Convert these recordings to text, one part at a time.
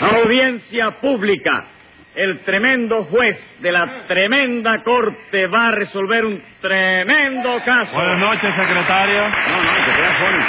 Audiencia pública. El tremendo juez de la tremenda corte va a resolver un tremendo caso. Buenas noches, secretario. No, no, te creas, Holmes.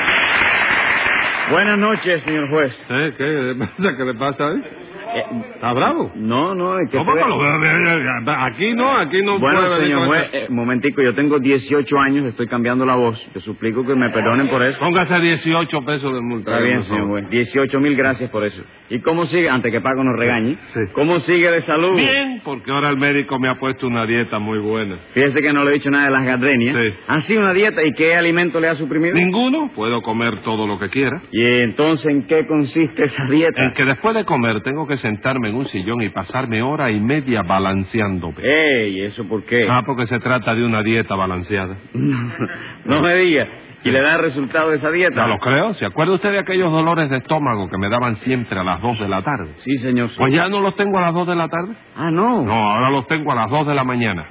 Buenas noches, señor juez. ¿Eh? ¿Qué le pasa? ¿Qué le pasa? eh? Eh, ¿Está bravo? no, no, es que... No, estoy- papá, lo- Aquí no, aquí no Bueno, puede venir señor con juez, esa- eh, momentico, yo tengo 18 años, estoy cambiando la voz. Yo suplico que me perdonen por eso. Póngase 18 pesos de multa. Está bien, por favor. señor juez. 18 mil gracias por eso. ¿Y cómo sigue? Antes que Paco nos regañe. Sí. ¿Cómo sigue de salud? Bien, porque ahora el médico me ha puesto una dieta muy buena. Fíjese que no le he dicho nada de las gadrenias. Sí. ¿Ha sido una dieta y qué alimento le ha suprimido? Ninguno, puedo comer todo lo que quiera. ¿Y entonces en qué consiste esa dieta? En que después de comer tengo que sentarme en un sillón y pasarme hora y media Eh, balanceándome. ¡Ey! ¿Eso por qué? Ah, porque se trata de una dieta balanceada. no me diga. ¿Y le da resultado esa dieta? No lo creo. ¿Se acuerda usted de aquellos dolores de estómago que me daban siempre a las 2 de la tarde? Sí, señor. Pues ya no los tengo a las 2 de la tarde. Ah, no. No, ahora los tengo a las 2 de la mañana.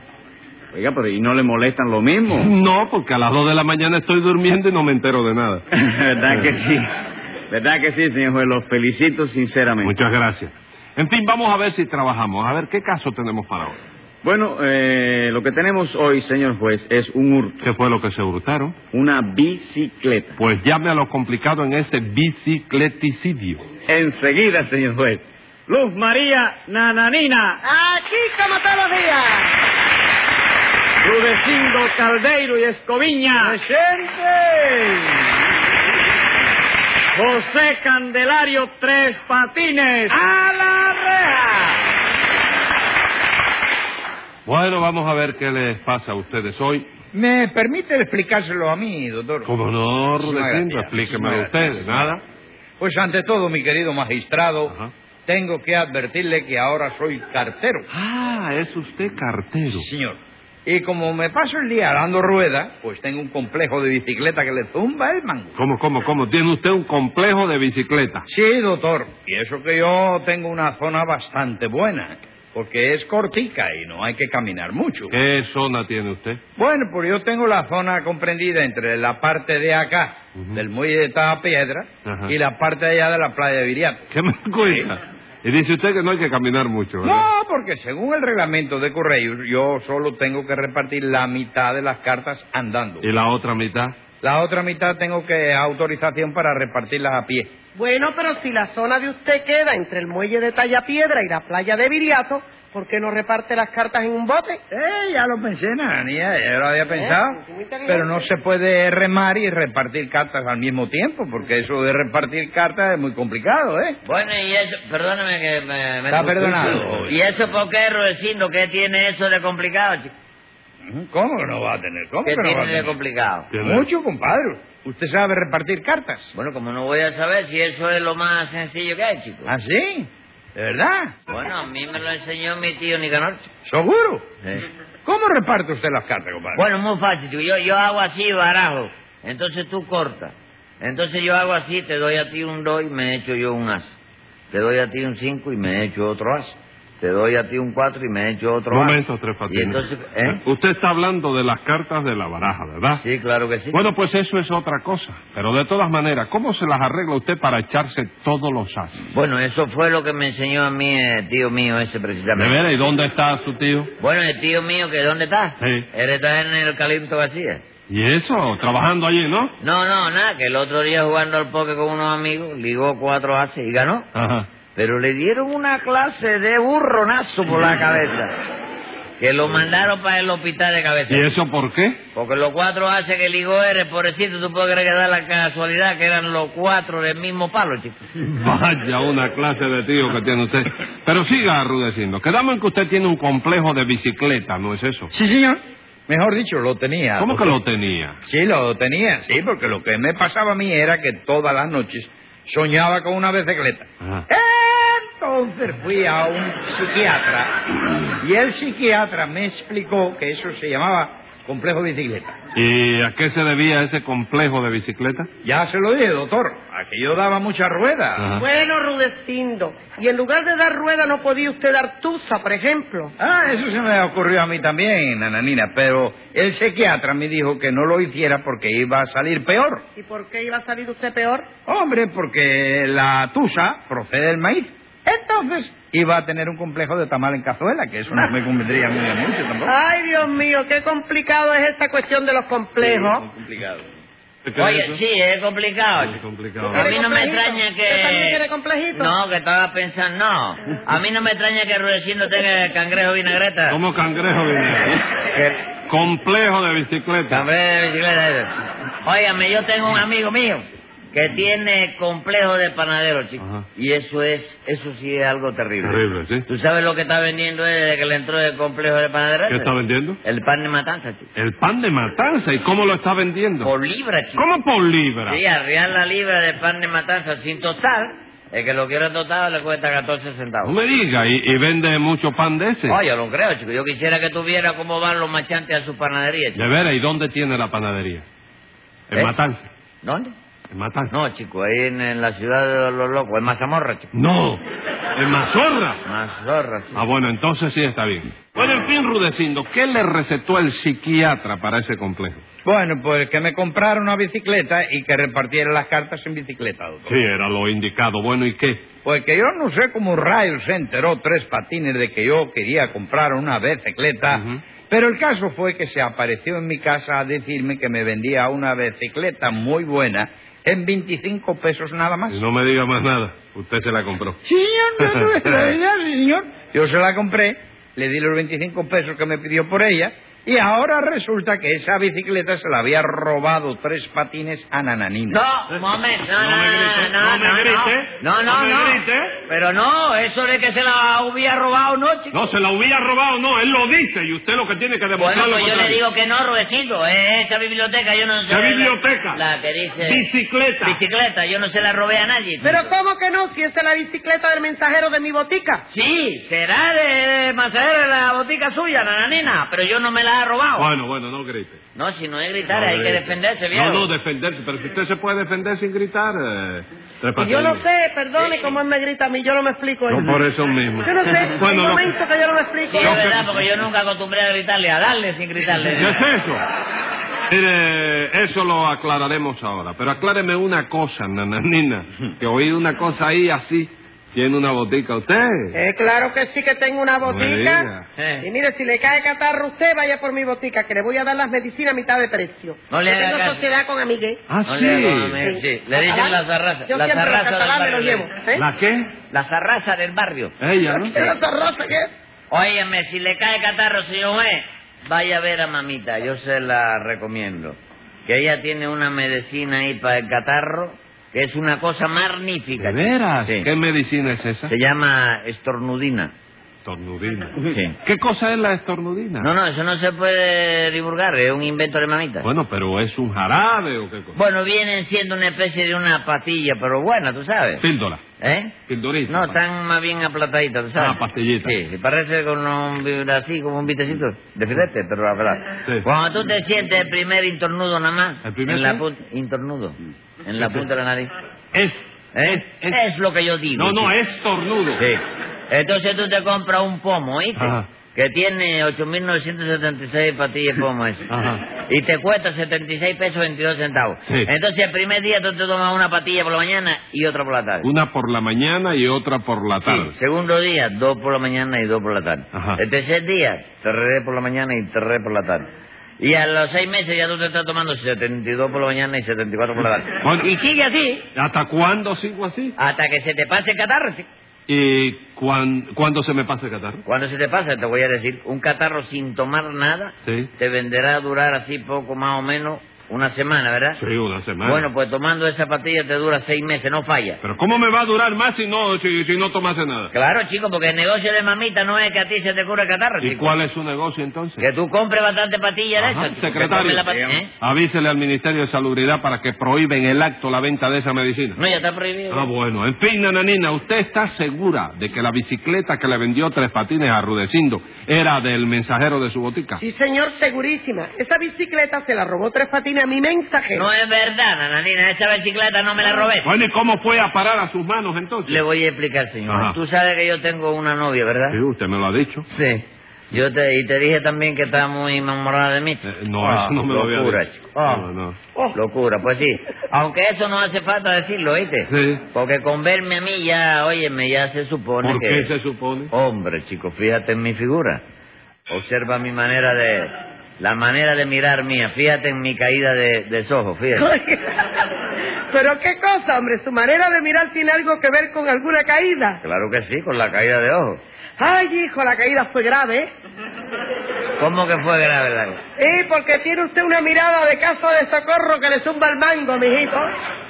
Oiga, pero ¿y no le molestan lo mismo? No, porque a las 2 de la mañana estoy durmiendo y no me entero de nada. ¿Verdad que sí? ¿Verdad que sí, señor juez? Los felicito sinceramente. Muchas gracias. En fin, vamos a ver si trabajamos. A ver, ¿qué caso tenemos para hoy? Bueno, eh, lo que tenemos hoy, señor juez, es un hurto. ¿Qué fue lo que se hurtaron? Una bicicleta. Pues llame a lo complicado en ese bicicleticidio. Enseguida, señor juez. Luz María Nananina, Aquí como todos los días. Rudecindo Caldeiro y Escoviña. José Candelario Tres Patines. ¡A la reja! Bueno, vamos a ver qué les pasa a ustedes hoy. ¿Me permite explicárselo a mí, doctor? Como no, Muchísimas Rudecindo, gracias, explíquemelo muchísimas gracias. ustedes. Nada. Pues ante todo, mi querido magistrado, Ajá. tengo que advertirle que ahora soy cartero. Ah, es usted cartero. Sí, señor. Y como me paso el día dando rueda, pues tengo un complejo de bicicleta que le zumba el mango. ¿Cómo, cómo, cómo? Tiene usted un complejo de bicicleta. Sí, doctor. Y eso que yo tengo una zona bastante buena, porque es cortica y no hay que caminar mucho. ¿Qué zona tiene usted? Bueno, pues yo tengo la zona comprendida entre la parte de acá, Ujú. del muelle de Tapiedra, Ajá. y la parte de allá de la playa de Viriato. ¿Qué me cuenta? Y dice usted que no hay que caminar mucho, ¿verdad? No, porque según el reglamento de Correos, yo solo tengo que repartir la mitad de las cartas andando. ¿Y la otra mitad? La otra mitad tengo que autorización para repartirlas a pie. Bueno, pero si la zona de usted queda entre el muelle de Tallapiedra y la playa de Viriato, ¿por qué no reparte las cartas en un bote? Eh, ya lo pensé, Nanía, ya lo había pensado. pues muy inteligente. Pero no se puede remar y repartir cartas al mismo tiempo, porque eso de repartir cartas es muy complicado, ¿eh? Bueno, y eso, perdóname que me... me- Está perdonado. ¿Y eso por qué, Rudecindo? ¿Qué tiene eso de complicado, chico? ¿Cómo que no va a tener? ¿Cómo ¿Qué que no va a tiene de tener? complicado? Tiene- Mucho, compadre. Usted sabe repartir cartas. Bueno, como no voy a saber si eso es lo más sencillo que hay, chico. ¿Ah, sí? ¿De verdad? Bueno, a mí me lo enseñó mi tío Nicanor. chico. ¿Seguro? ¿Cómo reparte usted las cartas, compadre? Bueno, muy fácil, chico. Yo, yo hago así, barajo. Entonces tú cortas. Entonces yo hago así, te doy a ti un 2 y me echo yo un as. Te doy a ti un 5 y me echo otro as. Te doy a ti un 4 y me echo otro Momento, as. Tres Y Patines. entonces, ¿eh? Usted está hablando de las cartas de la baraja, ¿verdad? Sí, claro que sí. Bueno, pues eso es otra cosa. Pero de todas maneras, ¿cómo se las arregla usted para echarse todos los ases? Bueno, eso fue lo que me enseñó a mí el tío mío ese ¿De precisamente. veras? ¿Y dónde está su tío? Bueno, el tío mío, que ¿dónde está? Sí. Él está en el Calimto García. ¿Y eso? ¿Trabajando allí, no? No, no, nada, que el otro día jugando al poke con unos amigos, ligó cuatro haces y ganó. Ajá. Pero le dieron una clase de burronazo por la cabeza. Que lo mandaron para el hospital de cabeza. ¿Y eso por qué? Porque los cuatro haces que ligó eres, pobrecito, tú puedes creer que da la casualidad que eran los cuatro del mismo palo, chico. Vaya una clase de tío que tiene usted. Pero siga arrudeciendo. Quedamos en que usted tiene un complejo de bicicleta, ¿no es eso? Sí, señor. Mejor dicho, lo tenía. ¿Cómo que lo tenía? Sí, lo tenía, sí, porque lo que me pasaba a mí era que todas las noches soñaba con una bicicleta. Ajá. Entonces fui a un psiquiatra y el psiquiatra me explicó que eso se llamaba complejo de bicicleta. ¿Y a qué se debía ese complejo de bicicleta? Ya se lo dije, doctor, a que yo daba mucha rueda. Ajá. Bueno, Rudecindo, y en lugar de dar rueda no podía usted dar tusa, por ejemplo. Ah, eso se me ocurrió a mí también, Nananina, pero el psiquiatra me dijo que no lo hiciera porque iba a salir peor. ¿Y por qué iba a salir usted peor? Hombre, porque la tusa procede del maíz. Entonces iba a tener un complejo de tamal en cazuela, que eso no me convendría muy mucho tampoco. Ay, Dios mío, qué complicado es esta cuestión de los complejos. Muy complicado. ¿Qué es Oye, eso? sí, es complicado. Es complicado. A mí no me extraña ¿Usted también quiere que... complejito? No, que estaba pensando, no. A mí no me extraña que Rudecindo tenga el cangrejo vinagreta. Como cangrejo vinagre. Complejo de bicicleta. Cangrejo de bicicleta. Óigame, yo tengo un amigo mío que tiene complejo de panadero, chico. Ajá. Y eso es, eso sí es algo terrible. Terrible, ¿sí? ¿Tú sabes lo que está vendiendo él desde que le entró el complejo de panadero? ¿Qué ese? está vendiendo? El pan de matanza, chico. El pan de matanza. ¿Y cómo lo está vendiendo? Por libra, chico. ¿Cómo por libra? Sí, arriar la libra de pan de matanza sin tostar, el que lo quiera tostado le cuesta 14 No centavos. me diga. ¿Y, y vende mucho pan de ese? Oye, yo lo creo, chico. Yo quisiera que tú vieras cómo van los machantes a su panadería, chico. De veras, ¿y dónde tiene la panadería? En ¿Eh? Matanza. ¿Dónde? En Matanza. No, chico, ahí en, en la ciudad de los locos, en Mazamorra, chico. No. En Mazorra. Mazorra, chico. Ah, bueno, entonces sí está bien. Bueno, en fin, Rudecindo, ¿qué le recetó el psiquiatra para ese complejo? Bueno, pues que me comprara una bicicleta y que repartiera las cartas en bicicleta, doctor. Sí, era lo indicado. Bueno, ¿y qué? Pues que yo no sé cómo rayos se enteró tres patines de que yo quería comprar una bicicleta, Ujú. pero el caso fue que se apareció en mi casa a decirme que me vendía una bicicleta muy buena en 25 pesos nada más. No me diga más nada. Usted se la compró. Señor, no, no, no, ya, señor. Yo se la compré, le di los 25 pesos que me pidió por ella, y ahora resulta que esa bicicleta se la había robado tres patines a Nananina. No, un momento, no, No me grite, no, no me no, grite, no, no, no me no. grite. Pero no, eso de que se la hubiera robado, no, chico. No, se la hubiera robado, no. Él lo dice y usted lo que tiene que Bueno, demostrar pues lo yo le contrario. digo que no, Rudecindo, es esa biblioteca, yo no sé... ¿Qué biblioteca? La que dice... Bicicleta. Bicicleta, yo no se la robé a nadie. chico. Pero ¿cómo que no? Si esa es la bicicleta del mensajero de mi botica. Sí, será de, de Macedero, de la botica suya, nananina, pero yo no me la he robado. Bueno, bueno, no grite. No, si no es gritar, No hay que grite. defenderse, viejo. No, no, defenderse. Pero si usted se puede defender sin gritar, eh, Tres Y yo Patines. no sé, perdone cómo él me grita a mí, yo no me explico. pues. No, ¿eh? por eso mismo. Yo no sé, hay Bueno, lo que- momentos que yo no me Sí, explico. es Yo- verdad, porque yo nunca acostumbré a gritarle, a darle sin gritarle. ¿Qué es eso? Mire, eso lo aclararemos ahora. Pero acláreme una cosa, nananina. Que oí una cosa ahí así. Tiene una botica usted. Eh, claro que sí que tengo una No me botica. diga. Eh. Y mire, si le cae catarro a usted, vaya por mi botica, que le voy a dar las medicinas a mitad de precio. No le Yo haga tengo caso. sociedad con amigué. Ah, No sí. le hago a mí, sí. Le dicen Catalán. la zarraza. Yo la siempre los zarraza del catalanes los barrio. llevo. ¿eh? ¿La qué? La zarraza del barrio. Ella, ¿no? ¿Qué la zarraza qué? Óyeme, si le cae catarro, señor juez, vaya a ver a mamita, yo se la recomiendo. Que ella tiene una medicina ahí para el catarro, que es una cosa magnífica. ¿De veras? Sí. ¿Qué medicina es esa? Se llama estornudina. Estornudina. Sí. ¿Qué cosa es la estornudina? No, no, eso no se puede divulgar, es un invento de mamita. Bueno, pero es un jarabe o qué cosa. Bueno, vienen siendo una especie de una pastilla, pero buena, tú sabes. Píldora. ¿Eh? Pildorita. No, están más bien aplataditas, ¿tú ¿sabes? Ah, pastillitas. Sí, y parece con un, vi- así como un vitecito de filete, pero la verdad. Sí. Cuando tú te sientes el primer intornudo nada más. ¿El primer en la qué? punta, Intornudo. En la punta de la nariz. Es. ¿Eh? es- Es lo que yo digo. No, no, chico. es tornudo. Sí. Entonces tú te compras un pomo, ¿oíste? Ajá. Que tiene 8.976 patillas de pomo ese. Ajá. Y te cuesta 76 pesos 22 centavos. Sí. Entonces el primer día tú te tomas una patilla por la mañana y otra por la tarde. Una por la mañana y otra por la tarde. Sí, segundo día, dos por la mañana y dos por la tarde. Ajá. El tercer día, tres por la mañana y tres por la tarde. Y a los seis meses ya tú te estás tomando 72 por la mañana y 74 por la tarde. Bueno. Y sigue así ¿Hasta cuándo sigo así? hasta que se te pase el catarro. sí. ¿Y cuán- cuándo se me pasa el catarro? Cuando se te pasa, te voy a decir, un catarro sin tomar nada Sí. te venderá a durar así poco más o menos una semana, ¿verdad? Sí, una semana. Bueno, pues tomando esa patilla te dura seis meses, no falla. Pero ¿cómo me va a durar más si no, si, si no tomase nada? Claro, chico, porque el negocio de mamita no es que a ti se te cura el catarro, ¿Y chico. cuál es su negocio entonces? Que tú compres bastante patilla de Ajá, esas, chico, que secretario, tomes la pat- ¿eh? avísele al Ministerio de Salubridad para que prohíben el acto la venta de esa medicina. No, ya está prohibido. Ah, bueno. En fin, nananina, ¿usted está segura de que la bicicleta que le vendió Tres Patines a Rudecindo era del mensajero de su botica? Sí, señor, segurísima. Esa bicicleta se la robó Tres Patines a mi mensajero. No es verdad, Nananina, esa bicicleta no me la robé. Bueno, ¿y cómo fue a parar a sus manos entonces? Le voy a explicar, señor. Ajá. Tú sabes que yo tengo una novia, ¿verdad? Sí, usted me lo ha dicho. Sí. Yo te, y te dije también que estaba muy enamorada de mí. Eh, no, Ah, eso no me lo había locura, dicho. chico. Ah. No, Ah, no. Locura, pues sí. Aunque eso no hace falta decirlo, ¿oíste? Sí. Porque con verme a mí ya, óyeme, ya se supone ¿Por que... qué se supone? Hombre, chico, fíjate en mi figura. Observa mi manera de... La manera de mirar mía. Fíjate en mi caída de, de sojo, fíjate. Pero qué cosa, hombre, su manera de mirar tiene algo que ver con alguna caída. Claro que sí, con la caída de ojo. Ay, hijo, la caída fue grave, ¿eh? ¿Cómo que fue grave la Sí, porque tiene usted una mirada de casa de socorro que le zumba el mango, mijito.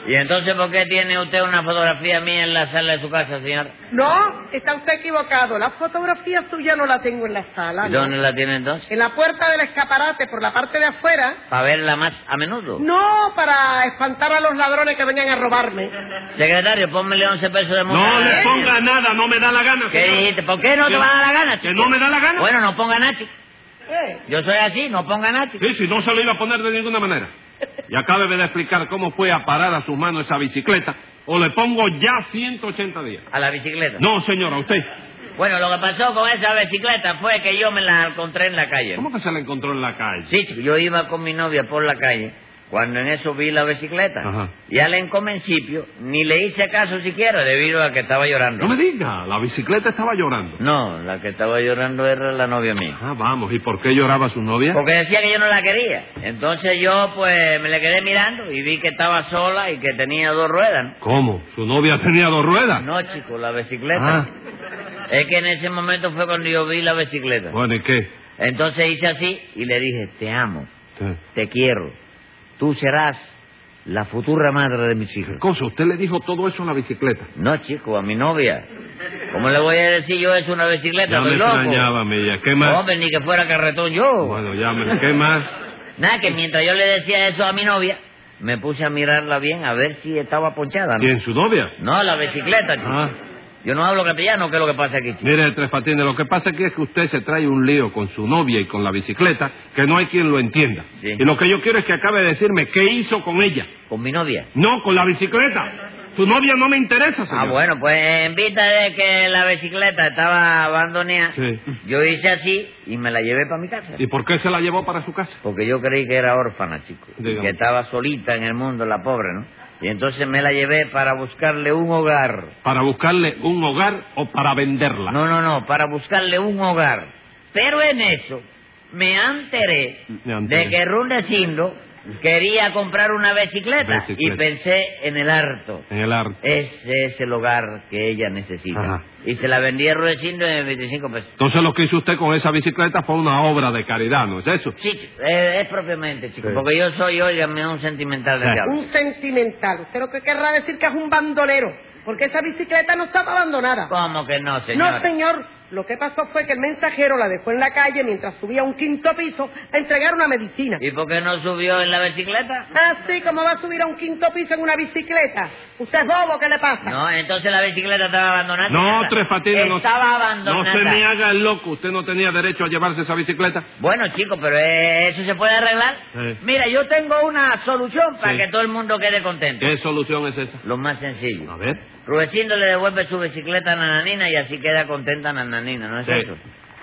¿Y entonces por qué tiene usted una fotografía mía en la sala de su casa, señor? No, está usted equivocado. La fotografía suya no la tengo en la sala. ¿Y ¿no? dónde la tiene entonces? En la puerta del escaparate, por la parte de afuera. ¿Para verla más a menudo? No, para espantar a los ladrones que vengan a robarme. Secretario, pónmele 11 pesos de multa. No le ponga nada, no me da la gana. ¿Qué señor. dijiste? ¿Por qué no te Que- va a dar la gana, que chico? no me da la gana. Bueno, no ponga nada, chico. Eh, Yo soy así, no ponga nada, chico. Sí, sí, no se lo iba a poner de ninguna manera. Y acabe de explicar cómo fue a parar a sus manos esa bicicleta, o le pongo ya 180 días. A la bicicleta. No, señora, usted. Bueno, lo que pasó con esa bicicleta fue que yo me la encontré en la calle. ¿Cómo que se la encontró en la calle? Sí, chico, yo iba con mi novia por la calle cuando en eso vi la bicicleta. Ajá. Y al encomencipio ni le hice caso siquiera debido a que estaba llorando. No me diga, la bicicleta estaba llorando. No, la que estaba llorando era la novia mía. Ah, vamos, ¿y por qué lloraba su novia? Porque decía que yo no la quería. Entonces yo, pues, me le quedé mirando y vi que estaba sola y que tenía dos ruedas. ¿Cómo? ¿Su novia tenía dos ¿no? ruedas? No, chico, la bicicleta. Ah. Es que en ese momento fue cuando yo vi la bicicleta. Bueno, ¿y qué? Entonces hice así y le dije, te amo, Eh, te quiero. Tú serás la futura madre de mis hijos. Cosa, usted le dijo todo eso a la bicicleta. No, chico, a mi novia. ¿Cómo le voy a decir yo eso a una bicicleta? Ya Estoy me loco. extrañaba, Milla. ¿Qué más? Hombre, ni que fuera carretón yo. Bueno, ya me... ¿Qué más? Nada, que mientras yo le decía eso a mi novia, me puse a mirarla bien a ver si estaba ponchada. ¿no? ¿Quién, su novia? No, la bicicleta, chico. Ah. Yo no hablo castellano, ¿qué es lo que pasa aquí, chico? Mire, Tres Patines, lo que pasa aquí es que usted se trae un lío con su novia y con la bicicleta que no hay quien lo entienda. Sí. Y lo que yo quiero es que acabe de decirme qué hizo con ella. Con mi novia. No, con la bicicleta. Su novia no me interesa, señor. Ah, bueno, pues en vista de que la bicicleta estaba abandonada, Sí. yo hice así y me la llevé para mi casa. ¿Y por qué se la llevó para su casa? Porque yo creí que era órfana, chico. y Dígame. Que estaba solita en el mundo, la pobre, ¿no? Y entonces me la llevé para buscarle un hogar. ¿Para buscarle un hogar o para venderla? No, no, no, para buscarle un hogar. Pero en eso me enteré Me enteré. de que Rudecindo quería comprar una bicicleta, Bicicleta. y pensé en el harto. En el arte. Ese es el hogar que ella necesita. Ajá. Y se la vendí a Rudecindo en 25 pesos. Entonces lo que hizo usted con esa bicicleta fue una obra de caridad, ¿no es eso? Sí, chico, eh, es propiamente, chico, Sí. porque yo soy, óigame, un sentimental de Ah. diablo. un sentimental. Usted lo que querrá decir que es un bandolero, porque esa bicicleta no estaba Uh. abandonada. ¿Cómo que no, Oh, señor? No, señor. Lo que pasó fue que el mensajero la dejó en la calle mientras subía a un quinto piso a entregar una medicina. ¿Y por qué no subió en la bicicleta? Así como va a subir a un quinto piso en una bicicleta. ¿Usted es bobo? ¿Qué le pasa? No, entonces la bicicleta estaba abandonada. No, Tres Patines, no, Estaba no abandonada. se me haga el loco. Usted no tenía derecho a llevarse esa bicicleta. Bueno, chicos, pero eh, eso se puede arreglar. Sí. Mira, yo tengo una solución para Sí. que todo el mundo quede contento. ¿Qué Ah. solución es esa? Lo más A sencillo. ver. Rudecindo le devuelve su bicicleta a Nananina y así queda contenta Nananina, ¿no es Sí. eso?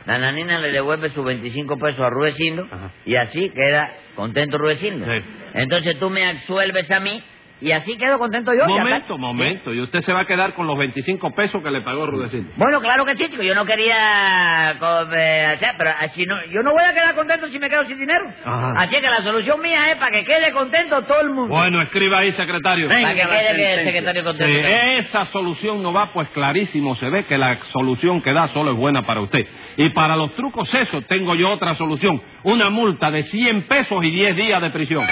Nananina le devuelve sus 25 pesos a Rudecindo Ajá. y así queda contento Rudecindo. Sí. Entonces tú me absuelves a mí y así quedo contento yo. ya está. Momento, momento. Y usted se va a quedar con los 25 pesos que le pagó Rudecindo. Bueno, claro que sí, chico. Yo no quería co- eh, hacer, pero ah, si no, yo no voy a quedar contento si me quedo sin dinero. Ah. Ajá. Así que la solución mía es para que quede contento todo el mundo. Bueno, escriba ahí, secretario. para venga que la quede el sentencia. secretario Si contento. esa solución no va, pues clarísimo se ve que la solución que da solo es buena para usted. Y para los trucos esos tengo yo otra solución. Una multa de 100 pesos y 10 días de prisión.